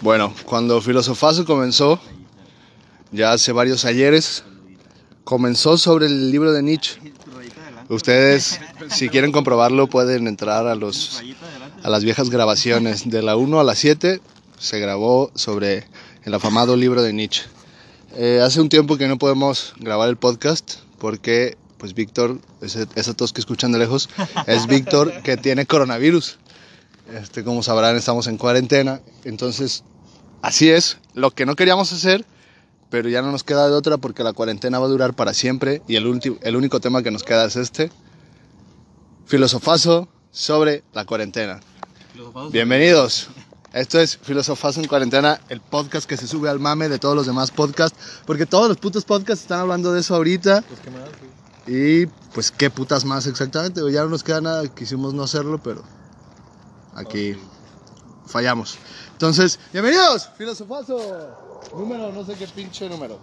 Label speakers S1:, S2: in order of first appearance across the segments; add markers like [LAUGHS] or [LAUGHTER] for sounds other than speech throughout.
S1: Bueno, cuando Filosofazo comenzó, ya hace varios ayeres, comenzó sobre el libro de Nietzsche. Ustedes, si quieren comprobarlo, pueden entrar a, los, a las viejas grabaciones. De la 1 a la 7 se grabó sobre el afamado libro de Nietzsche. Eh, hace un tiempo que no podemos grabar el podcast porque, pues, Víctor, ese- esa tos que escuchan de lejos, es Víctor que tiene coronavirus. Este, como sabrán, estamos en cuarentena. Entonces, así es, lo que no queríamos hacer, pero ya no nos queda de otra porque la cuarentena va a durar para siempre y el, ulti- el único tema que nos queda es este. Filosofazo sobre la cuarentena. Bienvenidos. Esto es Filosofazo en Cuarentena, el podcast que se sube al mame de todos los demás podcasts, porque todos los putos podcasts están hablando de eso ahorita. Y pues qué putas más exactamente, ya no nos queda nada, quisimos no hacerlo, pero aquí fallamos. Entonces, bienvenidos, Filosofazo. Número, no sé qué pinche número.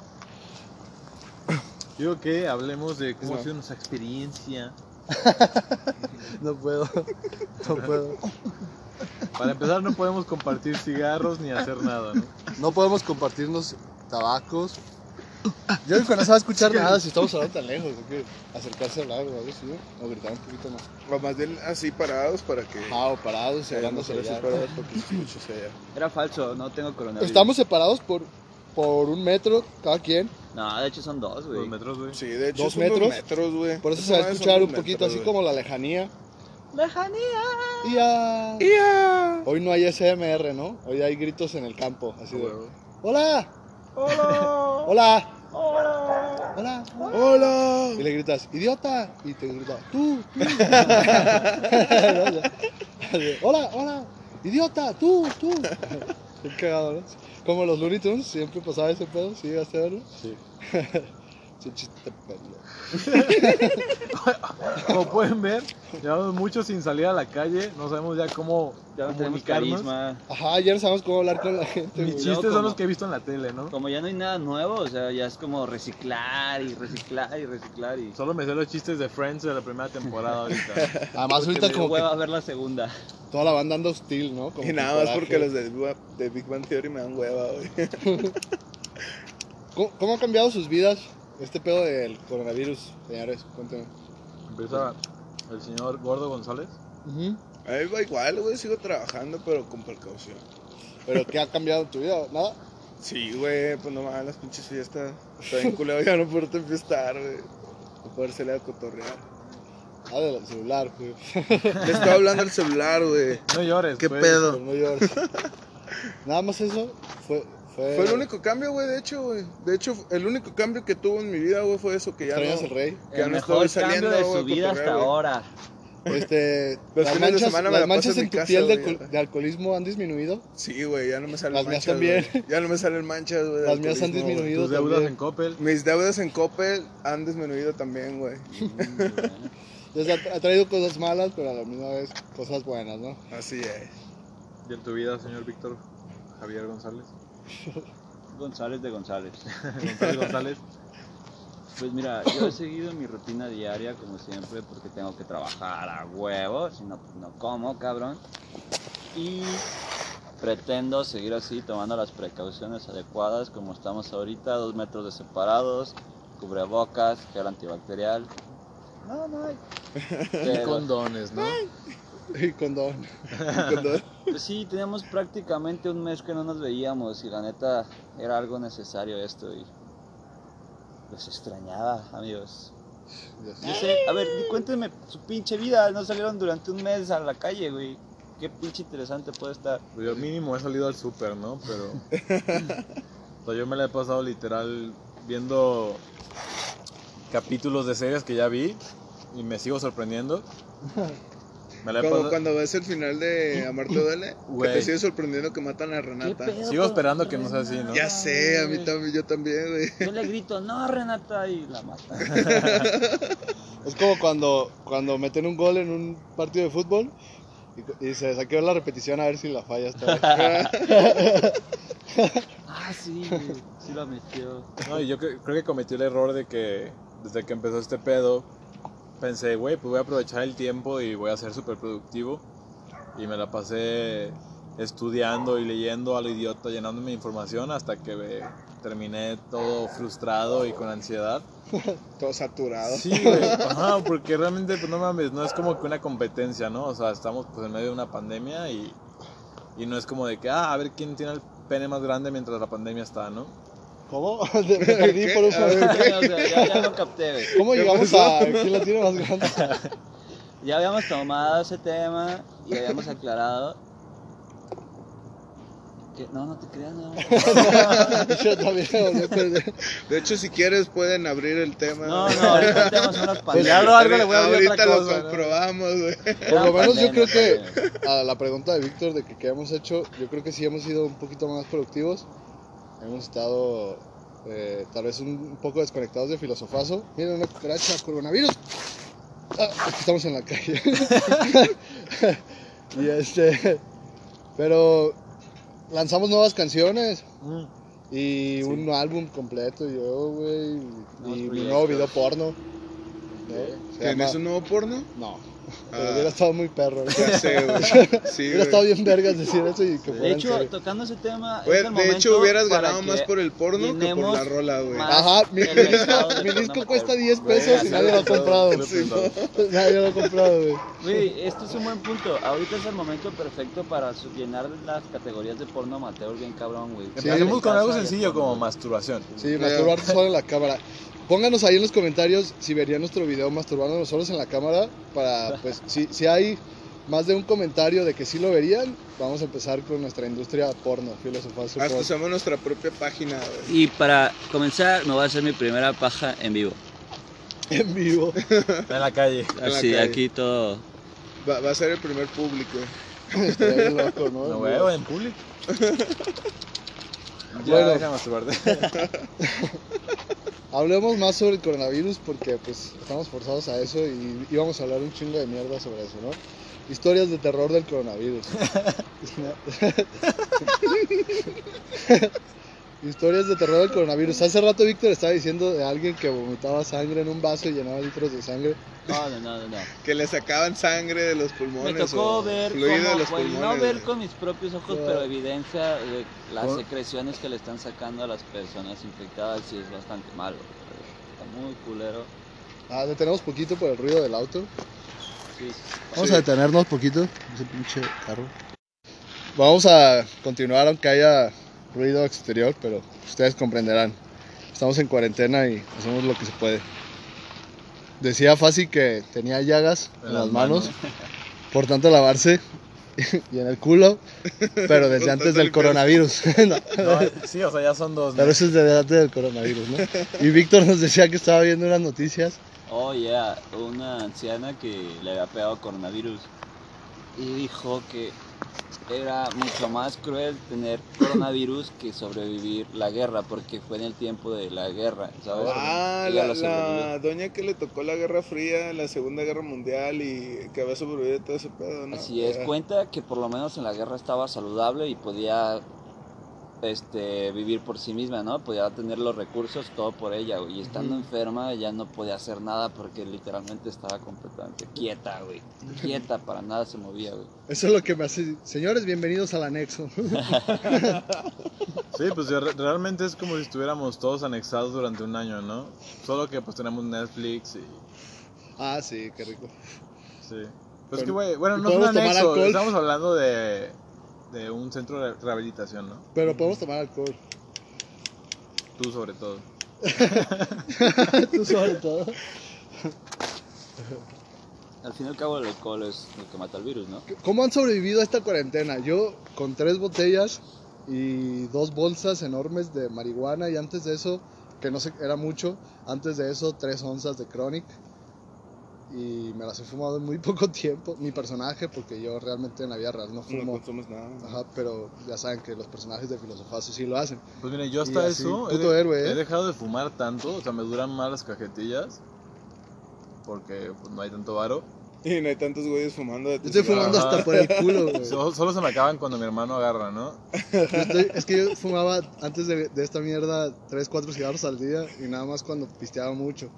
S2: Digo que hablemos de cómo
S1: Eso.
S2: ha sido nuestra experiencia.
S1: No puedo, [LAUGHS] no puedo.
S2: Para empezar, no podemos compartir cigarros ni hacer nada, ¿no?
S1: No podemos compartirnos tabacos. Yo creo que no se va a escuchar nada si estamos hablando tan lejos. Hay que acercarse a hablar o algo así, ¿no? o gritar un poquito más.
S3: Lo más bien así parados para que.
S1: Ah, o parados y
S3: Eh,
S1: hablando
S3: no sé si
S1: allá. [LAUGHS]
S3: parados porque se escucha hacia allá.
S4: Era falso, no tengo coronavirus.
S1: Estamos separados por, por un metro cada quien.
S4: No, de hecho son dos,
S2: Los
S4: güey.
S2: metros, güey.
S3: Sí, de hecho,
S1: ¿Dos
S3: son dos
S1: metros?
S3: metros, güey.
S1: Por eso
S3: Esa
S1: se va a
S3: madre son
S1: escuchar
S3: dos
S1: un poquito
S3: metros,
S1: así
S3: güey.
S1: como la lejanía.
S4: Lejanía.
S1: Y ya.
S3: ¡Ya!
S1: Hoy no hay SMR, ¿no? Hoy hay gritos en el campo. Así de.
S3: Huevo.
S1: ¡Hola!
S4: Hola.
S1: [LAUGHS] ¡Hola!
S4: Hola.
S1: ¡Hola!
S3: ¡Hola!
S1: Y le gritas, idiota. Y te grita, tú,
S3: [LAUGHS]
S1: tú. [LAUGHS] hola, hola. Idiota, tú, tú. [LAUGHS] Qué cagado, ¿no? Como los Looney Tunes, siempre pasaba ese pedo, ¿sí llegaste a verlo?
S2: Sí.
S1: [LAUGHS] Su chiste pendejo.
S2: Como pueden ver, llevamos mucho sin salir a la calle. No sabemos ya cómo
S4: Ya no tenemos
S2: comunicarnos.
S4: carisma.
S1: Ajá, ya no sabemos cómo hablar con la gente,
S2: Mis
S1: güey.
S4: chi-
S2: chistes son los
S4: como-
S2: que he visto en la tele, ¿no?
S4: Como ya no hay nada nuevo, o sea, ya es como reciclar y reciclar y reciclar y.
S2: Solo me sé los chistes de Friends de la primera temporada [LAUGHS] ahorita.
S1: Además, ahorita
S4: Me
S1: como
S4: hueva
S1: que
S4: ver la segunda.
S1: toda la banda anda hostil, ¿no? Como
S3: Y
S1: que
S3: nada más
S1: coraje.
S3: porque los de, Big Bang- de Big Bang Theory me dan hueva, güey. [LAUGHS]
S1: ¿Cómo, cómo ha cambiado sus vidas este pedo del coronavirus, señores? Cuéntenme.
S2: Empieza el señor Gordo González.
S3: A mí va igual, güey. Sigo trabajando, pero con precaución.
S1: ¿Pero qué ha cambiado en tu vida? ¿Nada?
S3: Sí, güey. Pues no mames, las pinches fiestas. Está bien culero [LAUGHS] ya no poderte enfiestar, güey. No poder salir a cotorrear.
S1: Ah, del celular, güey.
S3: Le estaba hablando al celular, güey.
S2: No llores.
S3: ¿Qué
S2: pues.
S3: pedo?
S1: Pero no llores. [LAUGHS] Nada más eso fue. Fue,
S3: Fue el único cambio, güey, de hecho, güey. De hecho, el único cambio que tuvo en mi vida, güey, fue eso, que ya
S1: Extrañas el
S3: no...
S1: rey.
S3: Ya
S4: El
S3: no
S4: mejor
S3: estoy saliendo,
S4: cambio de su
S3: güey,
S4: vida hasta
S3: cotorreo, güey.
S4: ahora.
S1: Este,
S3: Los
S1: las
S3: fines de
S1: manchas,
S3: semana me
S1: las
S3: la paso
S1: manchas
S3: en
S1: en
S3: mi
S1: tu
S3: casa,
S1: piel de,
S3: güey,
S1: alcohol-
S3: ya.
S1: de alcoholismo han disminuido.
S3: Sí güey, ya no me salen
S1: Las mías
S3: manchas,
S1: también.
S3: güey. Ya no me salen manchas, güey. de
S1: Las mías han
S3: alcoholismo, güey.
S1: disminuido
S2: Tus deudas en
S1: también.
S2: Coppel.
S3: Mis deudas en Coppel han disminuido también, güey.
S4: Mm,
S1: Entonces, ha, ha traído cosas malas, pero a la misma vez cosas buenas, ¿no?
S3: Así es.
S2: Y en tu vida, señor Víctor Javier [LAUGHS] González.
S4: [LAUGHS] González de González.
S2: González González.
S4: Pues mira, yo he seguido mi rutina diaria como siempre porque tengo que trabajar a huevo, si no, pues no como, cabrón. Y pretendo seguir así, tomando las precauciones adecuadas como estamos ahorita, dos metros de separados, cubrebocas, gel antibacterial. No, no hay. Pero,
S2: Condones, ¿no?
S1: Y condón.
S4: [LAUGHS]
S3: Cuando-
S4: pues sí, teníamos prácticamente un mes que no nos veíamos y la neta era algo necesario esto y los extrañaba, amigos.
S1: Ya sé.
S4: Yo sé, a ver, cuéntenme su pinche vida. No salieron durante un mes a la calle, güey. Qué pinche interesante puede estar.
S2: Pues Yo mínimo he salido al súper, ¿no? Pero.
S3: [LAUGHS]
S2: o sea, yo me la he pasado literal viendo capítulos de series que ya vi y me sigo sorprendiendo. Me la he
S3: Como
S2: pasado.
S3: cuando ves el final de Amarte Duele, que te
S2: Güey.
S3: sigue sorprendiendo que matan a Renata.
S2: Sigo esperando que no sea así, ¿no?
S3: Ya sé, a mí también, yo también, güey.
S4: Yo le grito, no, Renata, y la mata.
S1: Es como cuando, cuando meten un gol en un partido de fútbol y, y se saqueó la repetición a ver si la falla esta vez.
S3: [LAUGHS]
S4: Ah, sí, güey, sí la metió.
S2: No, y yo cre- creo que cometí el error de que desde que empezó este pedo, pensé, güey, pues voy a aprovechar el tiempo y voy a ser súper productivo. Y me la pasé estudiando y leyendo a lo idiota, llenándome de información hasta que eh, terminé todo frustrado y con ansiedad.
S3: Todo saturado.
S2: Sí, güey. Ajá, porque realmente, pues no mames, no es como que una competencia, ¿no? O sea, estamos pues en medio de una pandemia y, y no es como de que, ah, a ver quién tiene el pene más grande mientras la pandemia está, ¿no?
S3: [LAUGHS]
S1: ¿Cómo? [LAUGHS] Me perdí por un
S4: A ver,
S1: momento.
S4: [LAUGHS] o sea, ya, ya no capté, güey.
S1: ¿Cómo llegamos a quién la tiene más
S3: [LAUGHS]
S1: grande? [LAUGHS]
S4: Ya habíamos tomado ese tema y habíamos aclarado. que- No, no te creas, no.
S1: Yo también me volví a perder.
S3: De hecho, si quieres, pueden abrir el tema. [LAUGHS]
S4: No, no, ahorita tenemos unas
S2: ya
S4: pandemias.
S2: lo- algo le voy a abrir
S3: Ahorita
S2: otra
S3: lo
S2: cosa, ¿no?
S3: comprobamos, güey.
S4: Eran
S1: Por lo menos yo
S4: pandemias,
S1: creo
S4: pandemias.
S1: A la pregunta de Víctor de que qué hemos hecho, yo creo que sí hemos sido un poquito más productivos. Hemos estado eh, tal vez un, un poco desconectados de filosofazo. Miren una cucaracha, coronavirus. Ah, es que estamos en la calle. [LAUGHS] y este, pero lanzamos nuevas canciones y un álbum completo. Yo, güey, y mi
S4: proyectos.
S1: nuevo video porno. ¿no? Se
S3: ¿Tienes
S1: llama-
S3: un nuevo porno?
S1: No, pero
S3: Ah.
S1: hubiera estado muy perro.
S3: [LAUGHS]
S1: ¿no?
S3: Ya sé,
S4: [LAUGHS]
S3: güey. Sí,
S1: Hubiera estado
S3: güey.
S1: bien vergas decir eso y que fuera
S4: De
S1: en
S4: hecho,
S1: serio.
S4: tocando ese tema.
S3: Güey,
S4: es el
S3: Pues, de hecho,
S4: momento
S3: hubieras
S4: para
S3: ganado
S4: que
S3: más por el porno que por
S4: llenemos
S3: la rola, güey.
S4: más
S1: Ajá, mi,
S4: el
S1: mi [LAUGHS]
S4: mercado
S1: disco,
S4: de
S1: mi disco
S4: porno
S1: cuesta
S4: amateur.
S1: 10 pesos y
S2: así
S1: Pues nadie lo ha
S2: es, todo,
S1: comprado.
S2: todo pensado.
S1: [LAUGHS] Nadie lo ha comprado, güey.
S4: Güey, esto es un buen punto. Ahorita es el momento perfecto para su- llenar las categorías de porno amateur bien cabrón, güey.
S2: Empecemos con
S4: En
S2: algo
S4: casa y es
S2: sencillo
S4: porno,
S2: como
S4: güey.
S2: masturbación.
S1: Sí, masturbarte solo en la cámara. Pónganos ahí en los comentarios si verían nuestro video masturbándonos solos en la cámara. Para, pues, si, si hay más de un comentario de que sí lo verían, vamos a empezar con nuestra industria porno,
S4: Ah,
S1: filosofazo.
S3: Hasta
S1: porno.
S3: usamos nuestra propia página, güey.
S4: Y para comenzar, me voy a hacer mi primera paja en vivo.
S1: En
S4: [LAUGHS]
S1: vivo.
S2: En la calle.
S3: En la
S4: Así,
S3: calle.
S4: aquí todo.
S3: Va, va a ser el primer público.
S1: Estaría bien loco, ¿no?
S2: No,
S1: En
S2: güey,
S1: vivo. [LAUGHS]
S2: en público.
S1: Bueno.
S2: Ya, deja de masturbarte. [LAUGHS]
S1: Hablemos más sobre el coronavirus porque pues estamos forzados a eso y íbamos a hablar un chingo de mierda sobre eso, ¿no? Historias de terror del coronavirus. Historias de terror del coronavirus. Hace rato Víctor estaba diciendo de alguien que vomitaba sangre en un vaso y llenaba litros de sangre.
S4: No, no, no, no. no.
S3: Que le sacaban sangre de los
S4: Me
S3: pulmones.
S4: tocó
S3: o
S4: ver,
S3: fluido de
S4: cómo,
S3: los
S4: güey,
S3: pulmones.
S4: no ver
S3: güey.
S4: con mis propios ojos,
S1: Ya.
S4: pero evidencia de las
S2: Por-
S4: secreciones que le están sacando a las personas infectadas y es bastante malo. güey. Está muy culero.
S1: Ah, detenemos poquito por el ruido del auto.
S4: Sí, sí.
S1: Vamos
S3: Sí.
S1: a detenernos poquito. Ese pinche carro. Vamos a continuar aunque haya ruido exterior, pero ustedes comprenderán. Estamos en cuarentena y hacemos lo que se puede. Decía Fasi que tenía llagas en, las manos, [LAUGHS] por tanto lavarse [LAUGHS] y en el culo, pero
S3: Por
S1: desde antes
S3: tanto
S1: del
S3: limpiarse.
S1: coronavirus. [LAUGHS] No,
S2: No, sí, o sea, ya son dos. ¿no?
S1: pero eso es desde antes del coronavirus, ¿no? Y Víctor nos decía que estaba viendo unas noticias.
S4: Oh, yeah, una anciana que le había pegado coronavirus y dijo que era mucho más cruel tener coronavirus que sobrevivir la guerra, porque fue en el tiempo de la guerra, ¿sabes?
S3: Ah,
S4: Ella
S3: la,
S4: lo sobrevivió.
S3: la doña que le tocó la Guerra Fría, la Segunda Guerra Mundial y que había sobrevivido a todo ese pedo, ¿no?
S4: Así es,
S3: Ya.
S4: cuenta que por lo menos en la guerra estaba saludable y podía este, vivir por sí misma, ¿no? Podía tener los recursos, todo por ella, güey. Y estando enferma, ella no podía hacer nada porque literalmente estaba completamente quieta, güey. Quieta, para nada se movía, güey.
S1: Eso es lo que me hace. Señores, bienvenidos al anexo. [LAUGHS]
S2: Sí, pues re- realmente es como si estuviéramos todos anexados durante un año, ¿no? Solo que pues tenemos Netflix y...
S1: Ah, sí, qué rico.
S2: Sí. Pues que, güey, bueno,
S1: ¿Y
S2: no es un
S1: podemos tomar
S2: anexo,
S1: alcohol?
S2: estamos hablando de, de un centro de rehabilitación, ¿no?
S1: Pero podemos tomar alcohol.
S2: Tú sobre todo.
S1: [LAUGHS] Tú sobre todo.
S4: Al fin y al cabo, el alcohol es lo que mata el virus, ¿no?
S1: ¿Cómo han sobrevivido a esta cuarentena? Yo con tres botellas y dos bolsas enormes de marihuana y antes de eso, que no sé, era mucho, antes de eso tres onzas de Chronic y me las he fumado en muy [LAUGHS] poco tiempo. Mi personaje, porque yo realmente en la vida real no
S3: No
S1: pues, fumo.
S3: consumes nada.
S1: Ajá, pero ya saben que los personajes de filosofazo sí lo hacen.
S2: Pues mire, yo
S1: Y
S2: hasta
S1: así,
S2: eso he,
S1: puto
S2: de-
S1: héroe, ¿eh?
S2: he dejado de fumar tanto, o sea, me duran más las cajetillas porque pues, no hay tanto varo.
S3: Y no hay tantos güeyes fumando de tu
S1: Yo estoy
S3: cigarro.
S1: fumando hasta por el culo, güey.
S2: Solo, solo se me acaban cuando mi hermano agarra, ¿no?
S1: Yo estoy- es que yo fumaba antes de, de esta mierda 3, 4 cigarros al día y nada más cuando pisteaba mucho.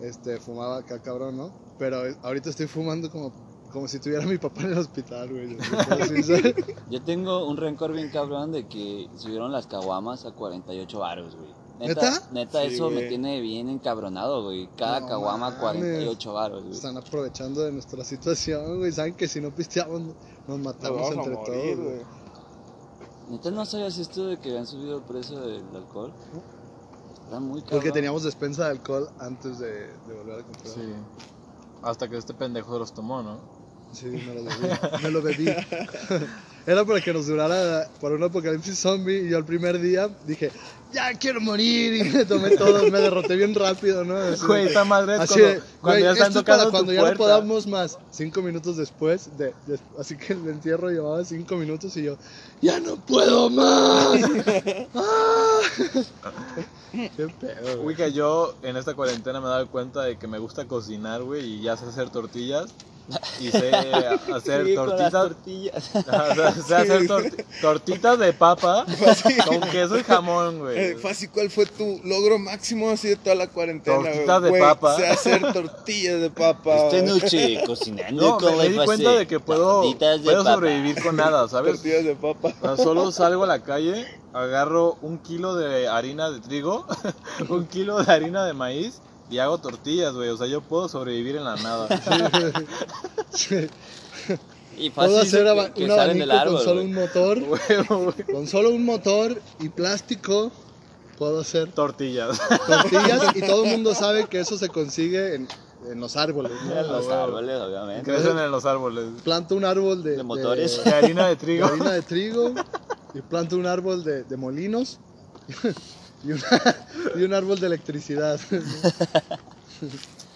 S1: Este, fumaba acá cabrón, ¿no? Pero eh, ahorita estoy fumando como Como si tuviera a mi papá en el hospital, güey.
S3: [LAUGHS]
S1: Así, ¿sabes?
S4: Yo tengo un rencor bien cabrón de que subieron las caguamas a 48 varos, güey.
S1: ¿Neta?
S4: Neta,
S3: Sí,
S4: eso me
S3: güey.
S4: tiene bien encabronado, güey. Cada
S1: No
S4: caguama
S1: mames.
S4: 48 varos, güey.
S1: Están aprovechando de nuestra situación, güey. Saben que si no pisteamos, nos
S3: Nos
S1: matamos
S3: vamos a
S1: entre
S3: morir,
S1: todos. güey.
S3: güey.
S4: Neta, ¿no sabías esto de que habían subido el precio del alcohol? Está muy cabrón.
S1: Porque teníamos despensa de alcohol antes de, de volver a comprar.
S2: Sí. Hasta que este pendejo los tomó, ¿no?
S1: Sí, me lo bebí. Me lo bebí. Era para que nos durara por un apocalipsis zombie. Y yo el primer día dije, ya quiero morir. Y me tomé todo, me derroté bien rápido, ¿no? Así,
S2: Güey, esa madre es
S1: así
S2: cuando,
S1: de,
S2: cuando
S1: güey,
S2: ya están
S1: esto es para
S2: tocando
S1: cuando
S2: tu
S1: ya no
S2: puerta.
S1: podamos más. Cinco minutos después, de, de- así que el entierro llevaba cinco minutos y yo, ya no puedo más. ¡Ah! [LAUGHS] Qué pedo, güey.
S2: Uy, que yo en esta cuarentena me he dado cuenta de que me gusta cocinar, güey, y ya sé hacer tortillas.
S4: [LAUGHS]
S2: Y sé hacer
S4: Sí, con las
S2: tortitas.
S4: [LAUGHS]
S2: [LAUGHS]
S4: tortillas.
S2: O sea, sé hacer torti- tortitas
S4: [LAUGHS]
S2: de papa
S4: Pues
S2: con queso y jamón,
S3: Eh,
S2: güey.
S3: fácil, ¿cuál fue tu logro máximo así de toda la cuarentena? güey?
S2: Tortitas de
S3: Güey,
S2: papa. Este
S3: Sé hacer tortillas de papa.
S4: Esta
S3: güey.
S4: noche cocinando
S2: No,
S4: con
S2: me, me di
S4: la
S2: cuenta
S4: base,
S2: de que puedo,
S4: pues tortitas de
S2: puedo
S4: papa.
S2: sobrevivir con
S4: [LAUGHS]
S2: nada, ¿sabes?
S3: Tortillas de papa. [LAUGHS]
S2: Tan solo salgo a la calle, agarro un kilo de harina de trigo, [LAUGHS] un kilo de harina de maíz y hago tortillas, güey. O sea, yo puedo sobrevivir en
S4: [LAUGHS]
S2: la nada.
S4: Y fácil
S1: Puedo hacer aba-
S4: que, que
S1: un
S4: salen del
S1: abanico
S4: árbol.
S1: con solo
S4: güey.
S1: un
S4: [LAUGHS]
S1: motor.
S2: Huevo, güey.
S1: Con solo un motor y plástico puedo hacer
S4: [LAUGHS]
S2: Tortillas.
S1: tortillas y todo el mundo sabe que eso se consigue en, en los árboles. ¿no?
S4: En los
S2: huevo.
S4: árboles, obviamente.
S2: Crecen en los árboles.
S1: Planto un árbol de,
S4: ¿De motores?
S2: De
S1: de
S2: harina de trigo.
S1: harina de trigo y planto un árbol de, de molinos [LAUGHS] y, un- y un árbol de electricidad.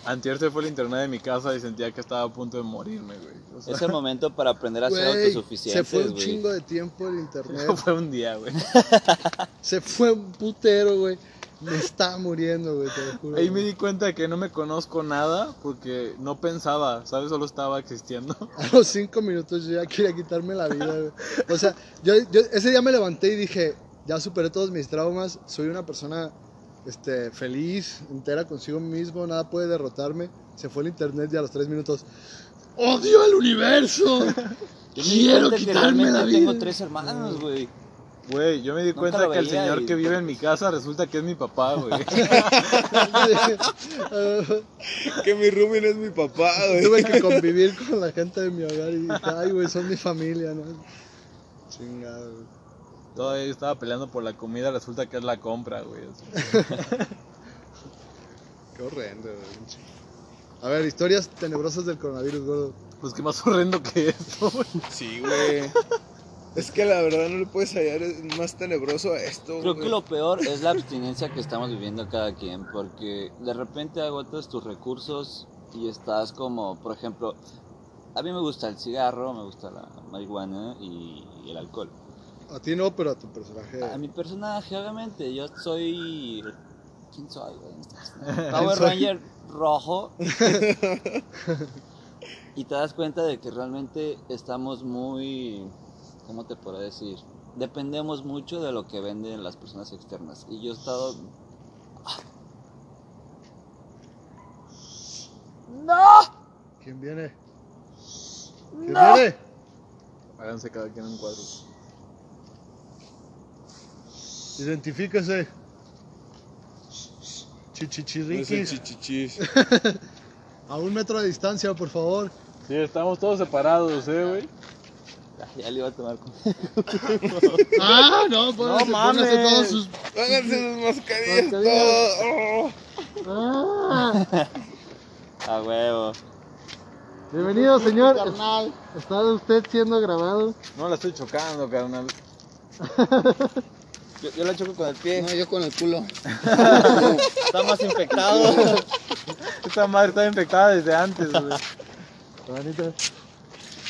S2: Antier se fue el internet de mi casa y sentía que estaba a punto de morirme, güey. O sea,
S4: Es el momento para aprender a ser
S1: Güey, se
S4: autosuficientes,
S1: fue un
S4: güey. pues.
S1: chingo de tiempo el
S4: Eh.
S1: internet.
S2: [LAUGHS] fue un día, güey.
S1: Se fue un putero, güey. Me está muriendo, güey, te lo juro.
S2: Ahí me
S1: güey.
S2: di cuenta de que no me conozco nada porque no pensaba, ¿sabes? Solo estaba existiendo. [LAUGHS]
S1: A los cinco minutos yo ya quería quitarme la vida. güey. O sea, yo, yo ese día me levanté y dije, ya superé todos mis traumas, soy una persona este, feliz, entera consigo mismo, nada puede derrotarme. Se fue el internet y a los tres minutos, [LAUGHS] ¡odio al universo!
S4: Yo me di
S1: Quiero
S4: cuenta que
S1: quitarme la
S4: realmente Tengo
S1: vida.
S4: tres hermanos, güey.
S2: Güey, yo me di
S4: Nunca
S2: cuenta
S4: lo
S2: que el
S4: veía
S2: señor
S4: y- pues
S2: que vive en mi casa resulta que es mi papá, güey. [LAUGHS]
S3: Que mi Rubin es mi papá, güey.
S1: Tuve que convivir con la gente de mi hogar y dije, ay, güey, son mi familia, ¿no? Chingado, güey.
S2: Todavía yo estaba peleando por la comida, resulta que es la compra, güey.
S1: Qué horrendo, güey. A ver, historias tenebrosas del coronavirus, gordo.
S2: Pues qué más horrendo que eso, güey.
S3: Sí, güey. Es que la verdad no le puedes hallar más tenebroso a esto,
S4: Creo
S3: güey.
S4: que lo peor es la abstinencia que estamos viviendo cada quien, porque de repente agotas tus recursos y estás como, por ejemplo, a mí me gusta el cigarro, me gusta la marihuana y, y el alcohol.
S1: A ti no, pero a tu personaje.
S4: A mi personaje, obviamente, yo soy... ¿Quién soy? güey? Power
S1: [LAUGHS] ¿Quién soy?
S4: Ranger
S1: [LAUGHS]
S4: rojo. y te das cuenta de que realmente estamos muy... ¿Cómo te puedo decir? Dependemos mucho de lo que venden las personas externas. Y yo he estado... [LAUGHS]
S1: ¿Quién viene? ¿Quién viene?
S2: [LAUGHS] Háganse cada quien un cuadro.
S1: Identifícase.
S3: No es el
S1: Chichichirriquis.
S3: chichichis.
S1: a un metro de distancia, por favor.
S2: Sí, estamos todos separados, eh, güey.
S4: Ah, Ya le iba a tomar con... [LAUGHS]
S1: ¡Ah, no! Pónganse,
S2: No mames.
S1: pónganse todos sus...
S3: Háganse sus mascarillas
S2: Mascarillas.
S3: todos. Oh.
S4: A huevo.
S1: Bienvenido, señor. Está usted siendo grabado.
S2: No la estoy chocando, carnal.
S4: Yo, yo la choco con el pie.
S5: No, yo con el culo.
S4: Está más infectado.
S2: [LAUGHS] Esta madre está infectada desde antes, güey.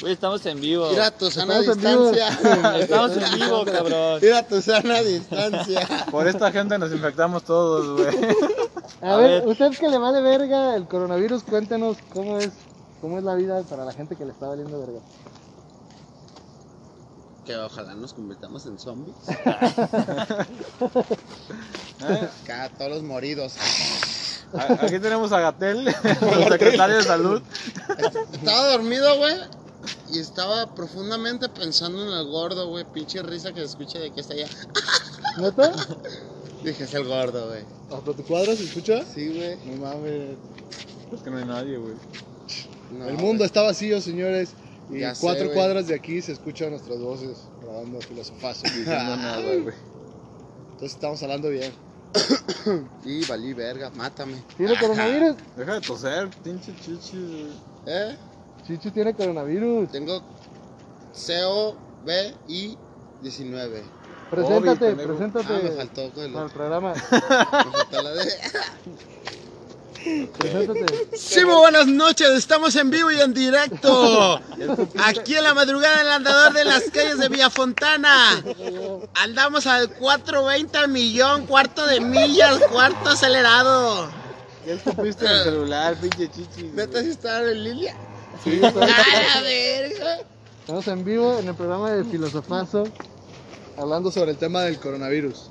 S4: Güey, estamos en vivo.
S5: Mira a tu sana
S1: Estamos en vivo. [LAUGHS]
S5: distancia.
S4: Estamos en vivo, cabrón.
S5: Mira a tu sana distancia.
S2: Por esta gente nos infectamos todos, [LAUGHS] güey.
S4: A ver,
S1: usted que le vale verga el coronavirus, cuéntenos cómo es, cómo es la vida para la gente que le está valiendo verga.
S5: Que ojalá nos convirtamos en zombies. Acá todos los moridos.
S2: A- Aquí tenemos a Gatel, el secretario de salud.
S5: Estaba dormido, güey. Y estaba profundamente pensando en el gordo, güey. Pinche risa que se escucha de que está allá.
S1: ¿Neta?
S5: Dije, es el gordo, güey.
S1: ¿A tu cuadra se escucha?
S5: Sí, güey.
S1: No mames.
S2: Es que no hay nadie, güey.
S5: No,
S1: el mundo está vacío, señores. Y
S5: Ya sé,
S1: cuatro
S5: güey.
S1: cuadras de aquí se escuchan nuestras voces grabando filosofazo.
S2: No nada, güey.
S1: Entonces estamos hablando bien.
S5: güey. Y valí verga, mátame.
S1: ¿Tiene coronavirus?
S2: Deja de toser, pinche chichis, güey.
S5: ¿Eh?
S1: Chichi tiene coronavirus.
S5: Tengo COVID-19.
S2: Preséntate, pendejo.
S5: Ah, me faltó con el
S1: al [LAUGHS]
S5: otro.
S1: programa.
S5: Me faltó la de. [LAUGHS]
S1: Preséntate.
S5: Sí, muy buenas noches, estamos en vivo y en [LAUGHS] directo. Aquí en la madrugada en el andador de las calles de Villafontana. Andamos al 420 al millón, cuarto de millas, cuarto acelerado.
S2: Ya escupiste en el celular, pinche chichis.
S5: ¿Neta si está en Lilia?
S1: [LAUGHS] Sí,
S5: ¡A la verga!
S1: Estamos en vivo en el programa de Filosofazo, hablando sobre el tema del coronavirus.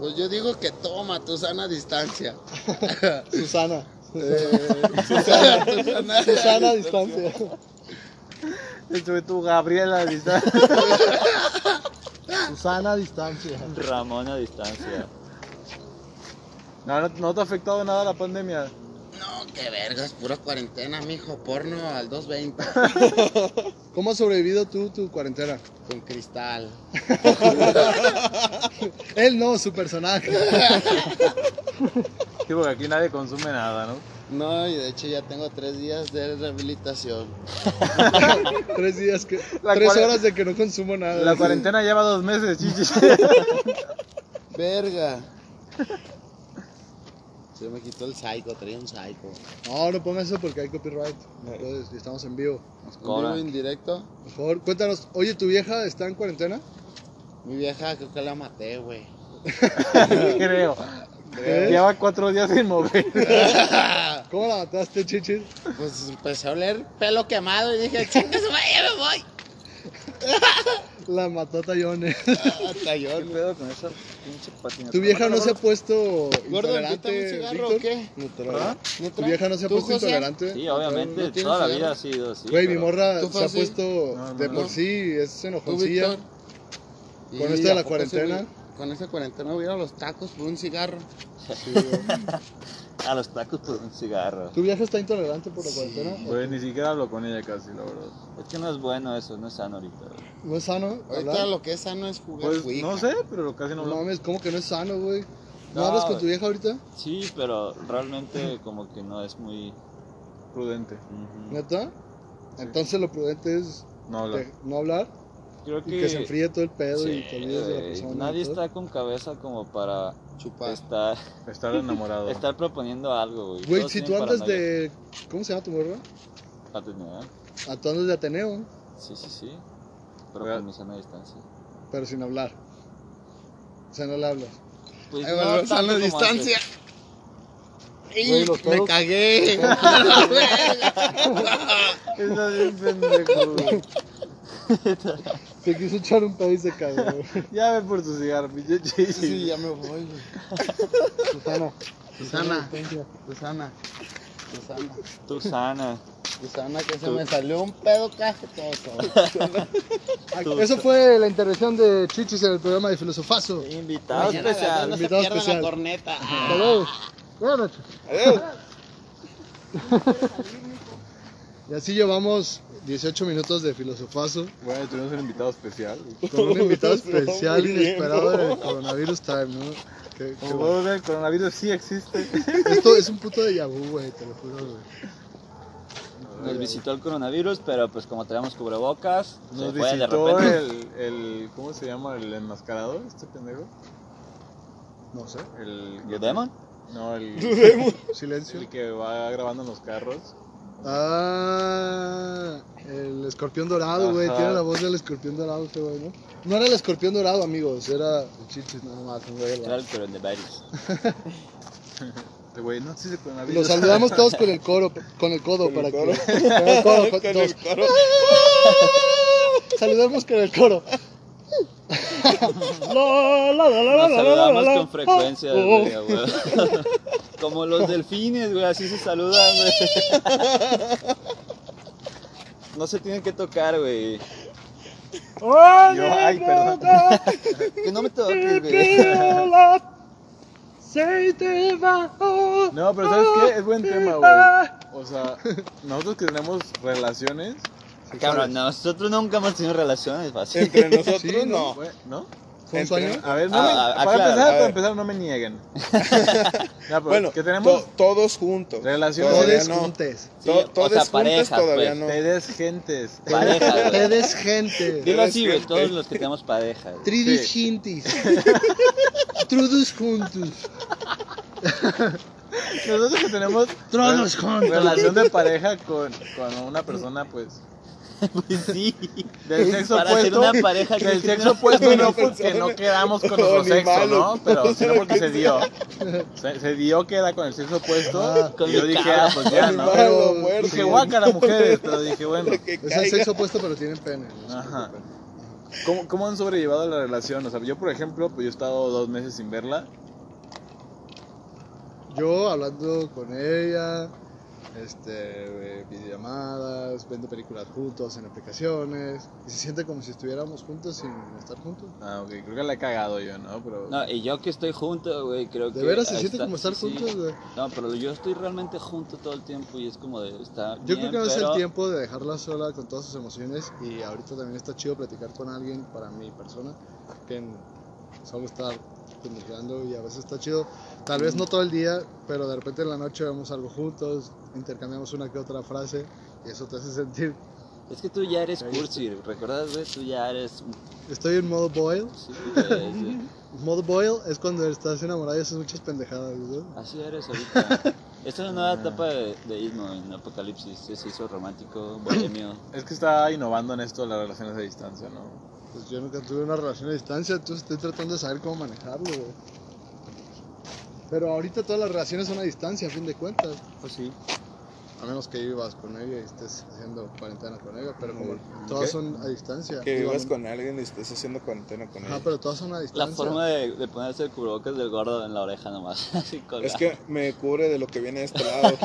S5: Pues yo digo que toma tu sana distancia.
S1: Susana, [LAUGHS]
S5: Susana, tu sana-
S1: Susana a distancia.
S2: Estuve tu Gabriela, ¿viste? [LAUGHS]
S1: Susana a distancia.
S4: Ramón a distancia.
S2: No, no, no te ha afectado nada la pandemia.
S5: No, qué vergas, pura cuarentena, mijo. Porno al 220
S1: ¿Cómo has sobrevivido tú tu cuarentena?
S5: con cristal.
S1: Él no, su [LAUGHS] personaje.
S2: Sí, porque aquí nadie consume nada, ¿no?
S5: No, y de hecho ya tengo tres días de rehabilitación.
S1: Tres días que.
S2: La
S1: tres
S2: cuaren-
S1: horas de que no consumo nada.
S2: La cuarentena lleva dos meses, chichis. [LAUGHS]
S5: Verga. Se me quitó el psycho, traía un psycho.
S1: No, no pongas eso porque hay copyright. Entonces, y estamos en vivo.
S4: Nos
S5: ¿Un vivo
S4: cobran.
S5: indirecto?
S1: Por favor, cuéntanos. Oye, ¿tu vieja está en cuarentena?
S5: Mi vieja creo que la maté, güey.
S2: [LAUGHS] Creo.
S1: ¿Crees?
S2: Lleva cuatro días sin mover.
S5: Ah.
S1: ¿Cómo la mataste, chichis?
S5: Pues empecé a oler pelo quemado y dije, chingas, vaya,
S1: [LAUGHS]
S5: me voy.
S1: La mató a
S5: [LAUGHS]
S1: tallones.
S5: Hasta yo.
S4: ¿Qué pedo con esa pinche patineta?
S1: ¿Tu vieja no se ha puesto
S5: Gordo, invítame
S1: intolerante,
S5: un cigarro
S1: Víctor?
S5: o qué?
S1: No te lo-
S5: ¿No
S1: ¿Tu
S5: traes?
S1: vieja no se ha
S5: ¿Tú,
S1: puesto
S5: José?
S1: intolerante?
S4: Sí, obviamente,
S5: ¿No tienes
S4: toda la
S5: cigarro?
S4: vida ha sido así.
S1: Güey, mi
S4: pero-
S1: morra
S5: ¿Tú,
S1: se ha
S5: José?
S1: puesto
S2: No, no,
S1: de
S2: no.
S1: por Pues sí, es
S5: ¿Tú,
S1: enojoncilla.
S5: Víctor?
S1: Con
S5: Y
S1: esto de la
S5: ¿a poco ese
S1: cuarentena?
S5: güey- Con esta cuarentena hubiera los tacos por un cigarro.
S4: A los tacos por un cigarro.
S1: ¿Tu vieja está intolerante por la cuarentena?
S2: Pues ni siquiera hablo con ella casi, la verdad.
S4: Es que no es bueno eso, no es sano ahorita. güey.
S1: ¿No es sano?
S5: Ahorita
S1: hablar?
S5: lo que es sano es jugar
S2: Pues
S5: Ouija.
S2: no sé, pero casi no
S1: No
S2: hablo.
S1: mames, ¿cómo que no es sano, güey? ¿No,
S4: No,
S1: hablas con
S4: güey.
S1: tu vieja ahorita?
S4: Sí, pero realmente como que no es muy...
S2: Prudente.
S4: ujú.
S1: ¿Neta? Entonces lo prudente es
S2: No habla.
S1: de- no hablar
S4: Creo
S1: y que se enfríe todo el pedo y
S4: Sí,
S1: te olvides de la
S4: güey.
S1: persona.
S4: Nadie
S1: y todo.
S4: está con cabeza como para
S5: Chupar.
S4: estar,
S2: Estar enamorado.
S4: estar proponiendo algo, güey.
S1: Güey,
S4: Todos
S1: si tú
S4: tienen
S1: andas
S4: paranoia.
S1: de... ¿Cómo se llama tu morra?
S4: Paternidad.
S1: A tú andas de Ateneo,
S4: Sí, sí, sí. Pero
S2: Real.
S4: con mi sana distancia.
S1: pero sin hablar. O sea, no le hablas.
S4: Pues
S5: Ahí
S4: no
S5: va,
S4: tanto
S5: sana
S4: como
S5: distancia.
S4: antes.
S5: Y
S1: Güey, los
S5: me
S1: toros-
S5: cagué.
S2: Estás bien pendejo, güey.
S1: Se quiso echar un pedo y se cagó,
S4: [LAUGHS]
S1: güey.
S2: Ya ve por tu cigarro, pinche chichis.
S5: sí, ya me voy. güey.
S1: Susana.
S5: Susana,
S1: distancia.
S5: Susana, Susana,
S4: Tú sana.
S5: Susana, que se me salió un pedo cajetoso.
S1: Ah, Eso fue la intervención de Chichis en el programa de Filosofazo.
S4: Invitado
S5: Mañana a las
S4: especial.
S5: dos
S1: invitado
S5: No se pierda
S1: especial.
S5: la corneta. Ah,
S1: Hasta luego. Buenas noches. [LAUGHS] Y así llevamos 18 minutos de filosofazo
S2: Bueno, tuvimos un invitado especial.
S1: con un invitado
S3: Estuvo
S1: especial
S3: muy bien,
S1: inesperado
S3: ¿no?
S1: del coronavirus time, ¿no? Qué- qué
S2: Como
S1: bueno.
S2: podemos ver, el coronavirus sí existe.
S1: Esto es un puto de Yahoo, güey, te lo juro, güey.
S4: Nos visitó el coronavirus, pero pues como traíamos cubrebocas,
S2: Nos
S4: se fue de
S2: visitó
S4: repente.
S2: el, el. ¿Cómo se llama? El enmascarado, este pendejo.
S1: No sé.
S2: El.
S4: ¿Lo demon?
S2: No, el.
S1: Silencio.
S2: El que va grabando en los carros.
S1: Ah, el escorpión dorado,
S2: Ajá.
S1: güey. Tiene la voz del escorpión dorado, este güey, ¿no? No era el escorpión dorado, amigos. Era el chichis, nada más, un güey.
S4: Era el coronavirus.
S2: Este güey, no existe coronavirus.
S1: Los saludamos todos con el coro, con el codo para
S3: coro.
S1: que. Con el
S4: [LAUGHS]
S1: coro, con-
S3: Con
S1: todos.
S3: el coro.
S1: Saludamos con el coro.
S4: [LAUGHS]
S1: La, la, la, la, la, la,
S4: Nos
S1: la, la,
S4: saludamos
S1: la.
S4: con frecuencia,
S1: Oh.
S4: güey, [LAUGHS] a huevo. Como los delfines, güey, así se saludan, güey. no se tienen que tocar, güey.
S2: [LAUGHS] Yo, ay, perdón.
S4: Que no me
S1: [LAUGHS]
S4: toques, güey.
S2: No, pero ¿sabes qué? Es buen tema, güey. O sea, nosotros que tenemos relaciones,
S4: Cabrón, nosotros nunca hemos tenido relaciones fácil.
S1: [LAUGHS]
S3: Entre nosotros no.
S1: pues,
S2: güey, ¿no?
S1: ¿Fue un
S3: Entre-
S1: sueño?
S2: A ver, no
S4: Ah,
S2: me-
S4: ah,
S2: para,
S4: aclara,
S2: empezar,
S3: a
S2: para
S3: ver.
S2: empezar, no
S4: [LAUGHS]
S2: me nieguen. No, pero
S3: Bueno,
S2: que tenemos
S3: to- todos juntos.
S2: Relaciones.
S3: Todavía
S1: Todos
S3: no.
S1: juntes.
S4: Sí,
S3: To-
S4: o
S3: todos
S4: sea,
S3: juntos
S4: parejas,
S3: todavía
S4: pues.
S3: no.
S2: ustedes gentes.
S4: Pareja, güey.
S1: Ustedes gente.
S4: Dilo así, güey, todos los que tenemos pareja. güey.
S1: Tridis
S4: [LAUGHS]
S1: chintis. Trudus juntus.
S2: Nosotros que tenemos
S1: Tronos
S2: re-
S1: juntos.
S2: relación de pareja con, con una persona, pues,
S4: Pues sí.
S2: del sexo
S4: Para ser
S2: opuesto.
S4: una pareja
S2: del
S4: tienes que
S2: sexo
S4: tener-
S2: opuesto
S3: una
S2: no porque
S3: persona.
S2: no quedamos con
S3: No,
S2: nuestro
S3: ni
S2: sexo,
S3: malo.
S2: ¿no?
S4: [LAUGHS]
S2: Pero sino porque se dio. Se, se dio que era con el sexo
S1: Ah,
S2: opuesto.
S4: con
S2: y yo
S4: mi
S2: dije,
S4: cara.
S2: ah, pues ya, ¿no?
S4: [LAUGHS]
S1: Animal.
S3: Malo,
S1: Pero-
S3: muerto.
S2: Dije, [LAUGHS] guácara, mujeres, pero dije, bueno.
S3: Que
S1: Es el
S3: caiga.
S1: sexo opuesto, pero tienen pene. no se
S2: Ajá.
S1: preocupen.
S2: ¿Cómo, ¿Cómo han sobrellevado la relación? O sea, yo, por ejemplo, pues yo he estado dos meses sin verla.
S1: Yo hablando con ella, este, eh, videollamadas, viendo películas juntos en aplicaciones. Y se siente como si estuviéramos juntos sin estar juntos.
S2: Ah, ok, creo que la he cagado yo, ¿no? Pero...
S4: No, y yo que estoy junto, güey, creo que...
S1: De veras se
S4: ahí
S1: siente
S4: está-
S1: como estar
S4: sí, sí.
S1: juntos, güey.
S4: No, pero yo estoy realmente junto todo el tiempo y es como de... Está
S1: Yo
S4: bien,
S1: creo que no es el
S4: pero-
S1: tiempo de dejarla sola con todas sus emociones y ahorita también está chido platicar con alguien para mi persona que en- solo estar pendejeando y a veces está chido. Tal vez
S4: Mm.
S1: no todo el día, pero de repente en la noche vemos algo juntos, intercambiamos una que otra frase y eso te hace sentir.
S4: Es que tú ya eres
S1: Ahí está.
S4: cursi, ¿recuerdas, güey? Tú ya eres...
S1: Estoy en modo boil.
S4: Sí, güey, sí.
S1: Modo boil es cuando estás enamorado y haces muchas pendejadas. ¿no?
S4: Así eres ahorita. Esta es una nueva etapa de, de ismo en Apocalipsis. Se hizo romántico, bohemio.
S2: Es que está innovando en esto de las relaciones a distancia, ¿no?
S1: Pues yo nunca tuve una relación a distancia, entonces estoy tratando de saber cómo manejarlo. güey. Pero ahorita todas las relaciones son a distancia, a fin de cuentas.
S4: Pues sí.
S1: A menos que vivas con ella y estés haciendo cuarentena con ella, pero como
S2: ¿Qué?
S1: todas son a distancia.
S3: Que
S1: digo,
S3: vivas
S1: no-
S3: con alguien y estés haciendo cuarentena con
S1: Ajá,
S3: él.
S1: pero todas son a
S4: La
S1: distancia. [LAUGHS]
S4: forma de, de ponerse el cubrebocas del gordo en la oreja nomás. [LAUGHS] Así colgado.
S3: Es que me cubre de lo que viene de este
S1: [LAUGHS]
S3: lado.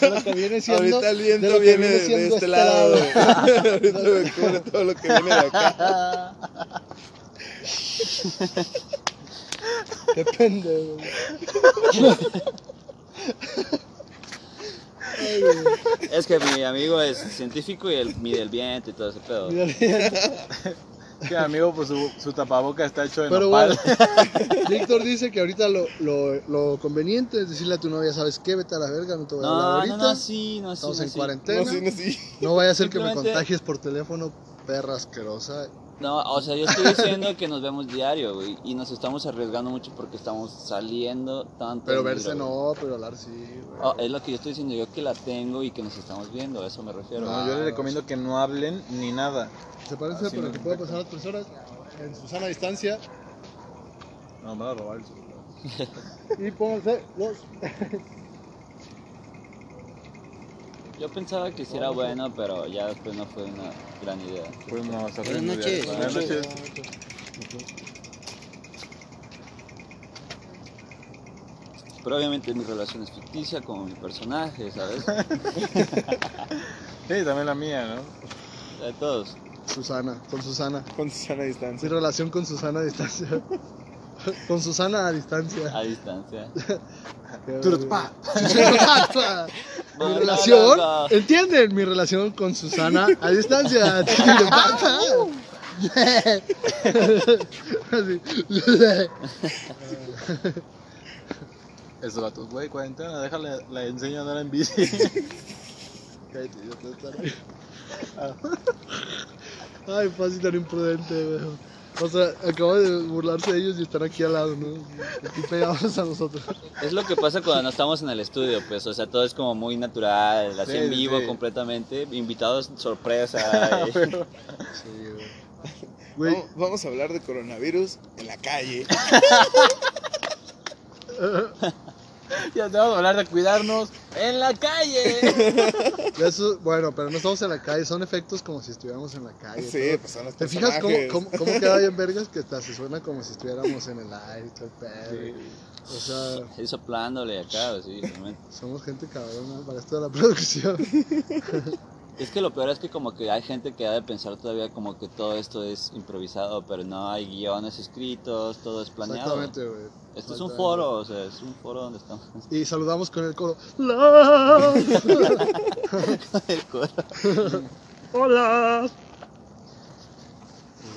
S1: Lo que viene siendo,
S3: Ahorita el
S1: de
S3: viento
S1: lo que
S3: viene
S1: viene
S3: de,
S1: siendo este
S3: de este lado.
S1: lado.
S3: [LAUGHS] Ahorita me cubre todo lo que viene
S1: [LAUGHS]
S3: de acá.
S1: Qué pendejo. Ay, güey.
S4: Es que mi amigo es científico y él mide el viento y todo ese pedo.
S1: Mira, [LAUGHS] mira.
S2: Que amigo, pues su, su tapaboca está hecho de
S1: Pero
S2: nopal.
S1: bueno, Víctor dice que ahorita lo, lo, lo conveniente es decirle a tu novia, ¿sabes qué? Vete a la verga, no te voy a hablar
S4: No, no,
S1: ahorita.
S4: no, sí, no, sí.
S1: Estamos
S4: no,
S1: en
S4: sí.
S1: cuarentena.
S3: No,
S1: No,
S3: sí, no, sí.
S1: vaya a ser que me
S4: Simplemente-
S1: contagies por teléfono, perra asquerosa.
S4: No, o sea, yo estoy diciendo que nos vemos diario, güey. Y nos estamos arriesgando mucho porque estamos saliendo tanto.
S1: Pero
S4: al libro,
S1: verse
S4: güey.
S1: no, pero hablar sí. güey.
S4: Oh, es lo que yo estoy diciendo, yo que la tengo y que nos estamos viendo, a eso me refiero.
S1: Ah.
S2: [LAUGHS] No, yo les recomiendo que no hablen ni nada.
S1: ¿Se parece?
S2: Así
S1: Pero
S2: no
S1: que
S2: me
S1: puede pasar
S2: afecta.
S1: a las personas en su sana distancia.
S2: No, me van a robar el celular.
S1: Y pónganse los.
S4: Yo pensaba que sí era bueno, pero ya después no fue una gran idea.
S2: Pues no,
S6: Buenas
S2: está haciendo
S6: noches.
S2: diario. Buenas noches.
S4: Pero obviamente mi relación es ficticia como mi personaje,
S2: [LAUGHS]
S4: ¿sabes?
S2: Sí, también la mía, ¿no?
S4: De todos.
S1: Susana, con Susana.
S3: Con sana
S1: Mi
S3: distancia.
S1: relación con Susana a distancia. [LAUGHS] con Susana a distancia.
S4: A distancia.
S1: Turpa. [LAUGHS] Mi relación, ¿entienden? Mi relación con Susana a distancia. Turpa. [LAUGHS] Así.
S2: Esos vatos, güey, cuarentena, déjale, le enseño a andar en bici. [LAUGHS]
S1: Cállate, yo te estaré. Ay, fácil tan imprudente, weón. O sea, acabo de burlarse de ellos y están aquí al lado, ¿no? Aquí pegados a nosotros.
S4: Es lo que pasa cuando no estamos en el estudio, pues, o sea, todo es como muy natural, así
S2: Sí,
S4: en vivo
S2: sí.
S4: completamente, invitados
S2: [LAUGHS]
S4: sorpresa. y-
S1: Sí, güey.
S3: Vamos, vamos a hablar de coronavirus en la calle.
S2: Ya te vamos a hablar de cuidarnos en la calle.
S1: Eso- bueno, pero no estamos en la calle, son efectos como si estuviéramos en la calle.
S3: Sí,
S1: todo.
S3: pues son los
S1: ¿Te fijas cómo,
S3: personajes.
S1: cómo, cómo queda bien vergas que hasta se suena como si estuviéramos en el aire y todo el pedo? O sea,
S4: Ahí soplándole acá, sí, realmente.
S1: somos gente cabrona para esto de la [LAUGHS] producción.
S4: Es que lo peor es que como que hay gente que ha de pensar todavía como que todo esto es improvisado, pero no hay guiones escritos, todo es planeado.
S1: Exactamente, güey.
S4: Esto es un
S1: Exactamente.
S4: foro, o sea, es un foro donde estamos. [LAUGHS]
S1: Y saludamos con el coro. "Love".
S4: El coro.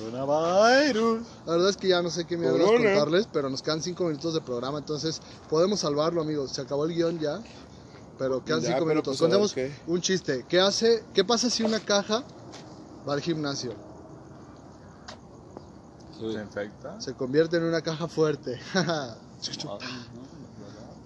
S2: Coronavirus.
S1: La verdad es que ya no sé qué mierda
S3: Corona.
S1: contarles, pero nos quedan cinco minutos de programa, entonces podemos salvarlo, amigos. Se acabó el guión ya, pero quedan
S3: Ya,
S1: cinco
S3: pero
S1: minutos.
S3: pues,
S1: Contemos
S3: ¿sabes
S1: un chiste. ¿Qué hace? ¿Qué pasa si una caja va al gimnasio?
S4: Sí,
S2: ¿Se infecta?
S1: Se convierte en una caja fuerte. [LAUGHS]
S4: no,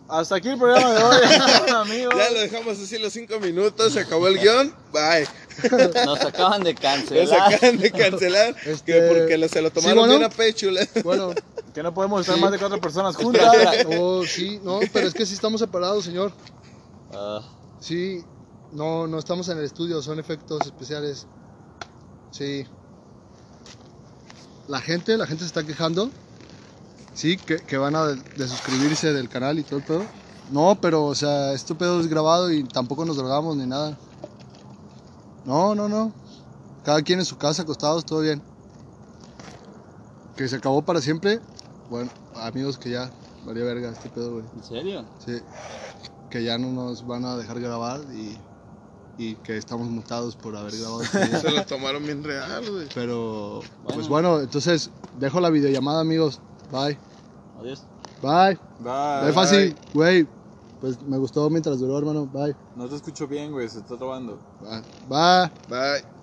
S2: Hasta aquí el programa de hoy, [LAUGHS] amigos.
S3: Ya lo dejamos así los cinco minutos, se acabó el guión, bye.
S4: no. Nos acaban de
S3: Lo
S4: cancelar.
S3: sacan
S1: [LAUGHS]
S3: de cancelar
S1: Este,
S3: que porque lo- se lo
S1: ¿sí,
S3: tomaron
S1: bueno?
S3: bien a pecho. la- [LAUGHS]
S1: bueno,
S2: Que no podemos estar
S1: Sí.
S2: más de cuatro personas
S4: Espera,
S2: juntas.
S4: espera.
S1: oh, sí, no, pero es que sí estamos separados, señor.
S4: Ah,
S1: Sí, no, no estamos en el estudio, son efectos especiales. Sí. La gente, la gente se está quejando. Sí, que, que van a desuscribirse del canal y todo el pedo. No, pero, o sea, este pedo es grabado y tampoco nos drogamos ni nada. No, no, no. Cada quien en su casa, acostados, todo bien. Que se acabó para siempre. Bueno, amigos, que ya, varía verga este pedo, güey.
S4: ¿En serio?
S1: Sí, que ya no nos van a dejar grabar y, y que estamos mutados por haber grabado. este [LAUGHS] video.
S3: Se lo tomaron bien real, güey.
S1: Pero, pues bueno, entonces dejo la videollamada, amigos. Bye.
S4: Adiós.
S1: Bye.
S2: Bye.
S1: Bye, fácil. Güey, pues me gustó mientras duró, hermano. Bye.
S2: No te escucho bien, güey. Se está trabando.
S1: Bye. Bye.
S3: Bye.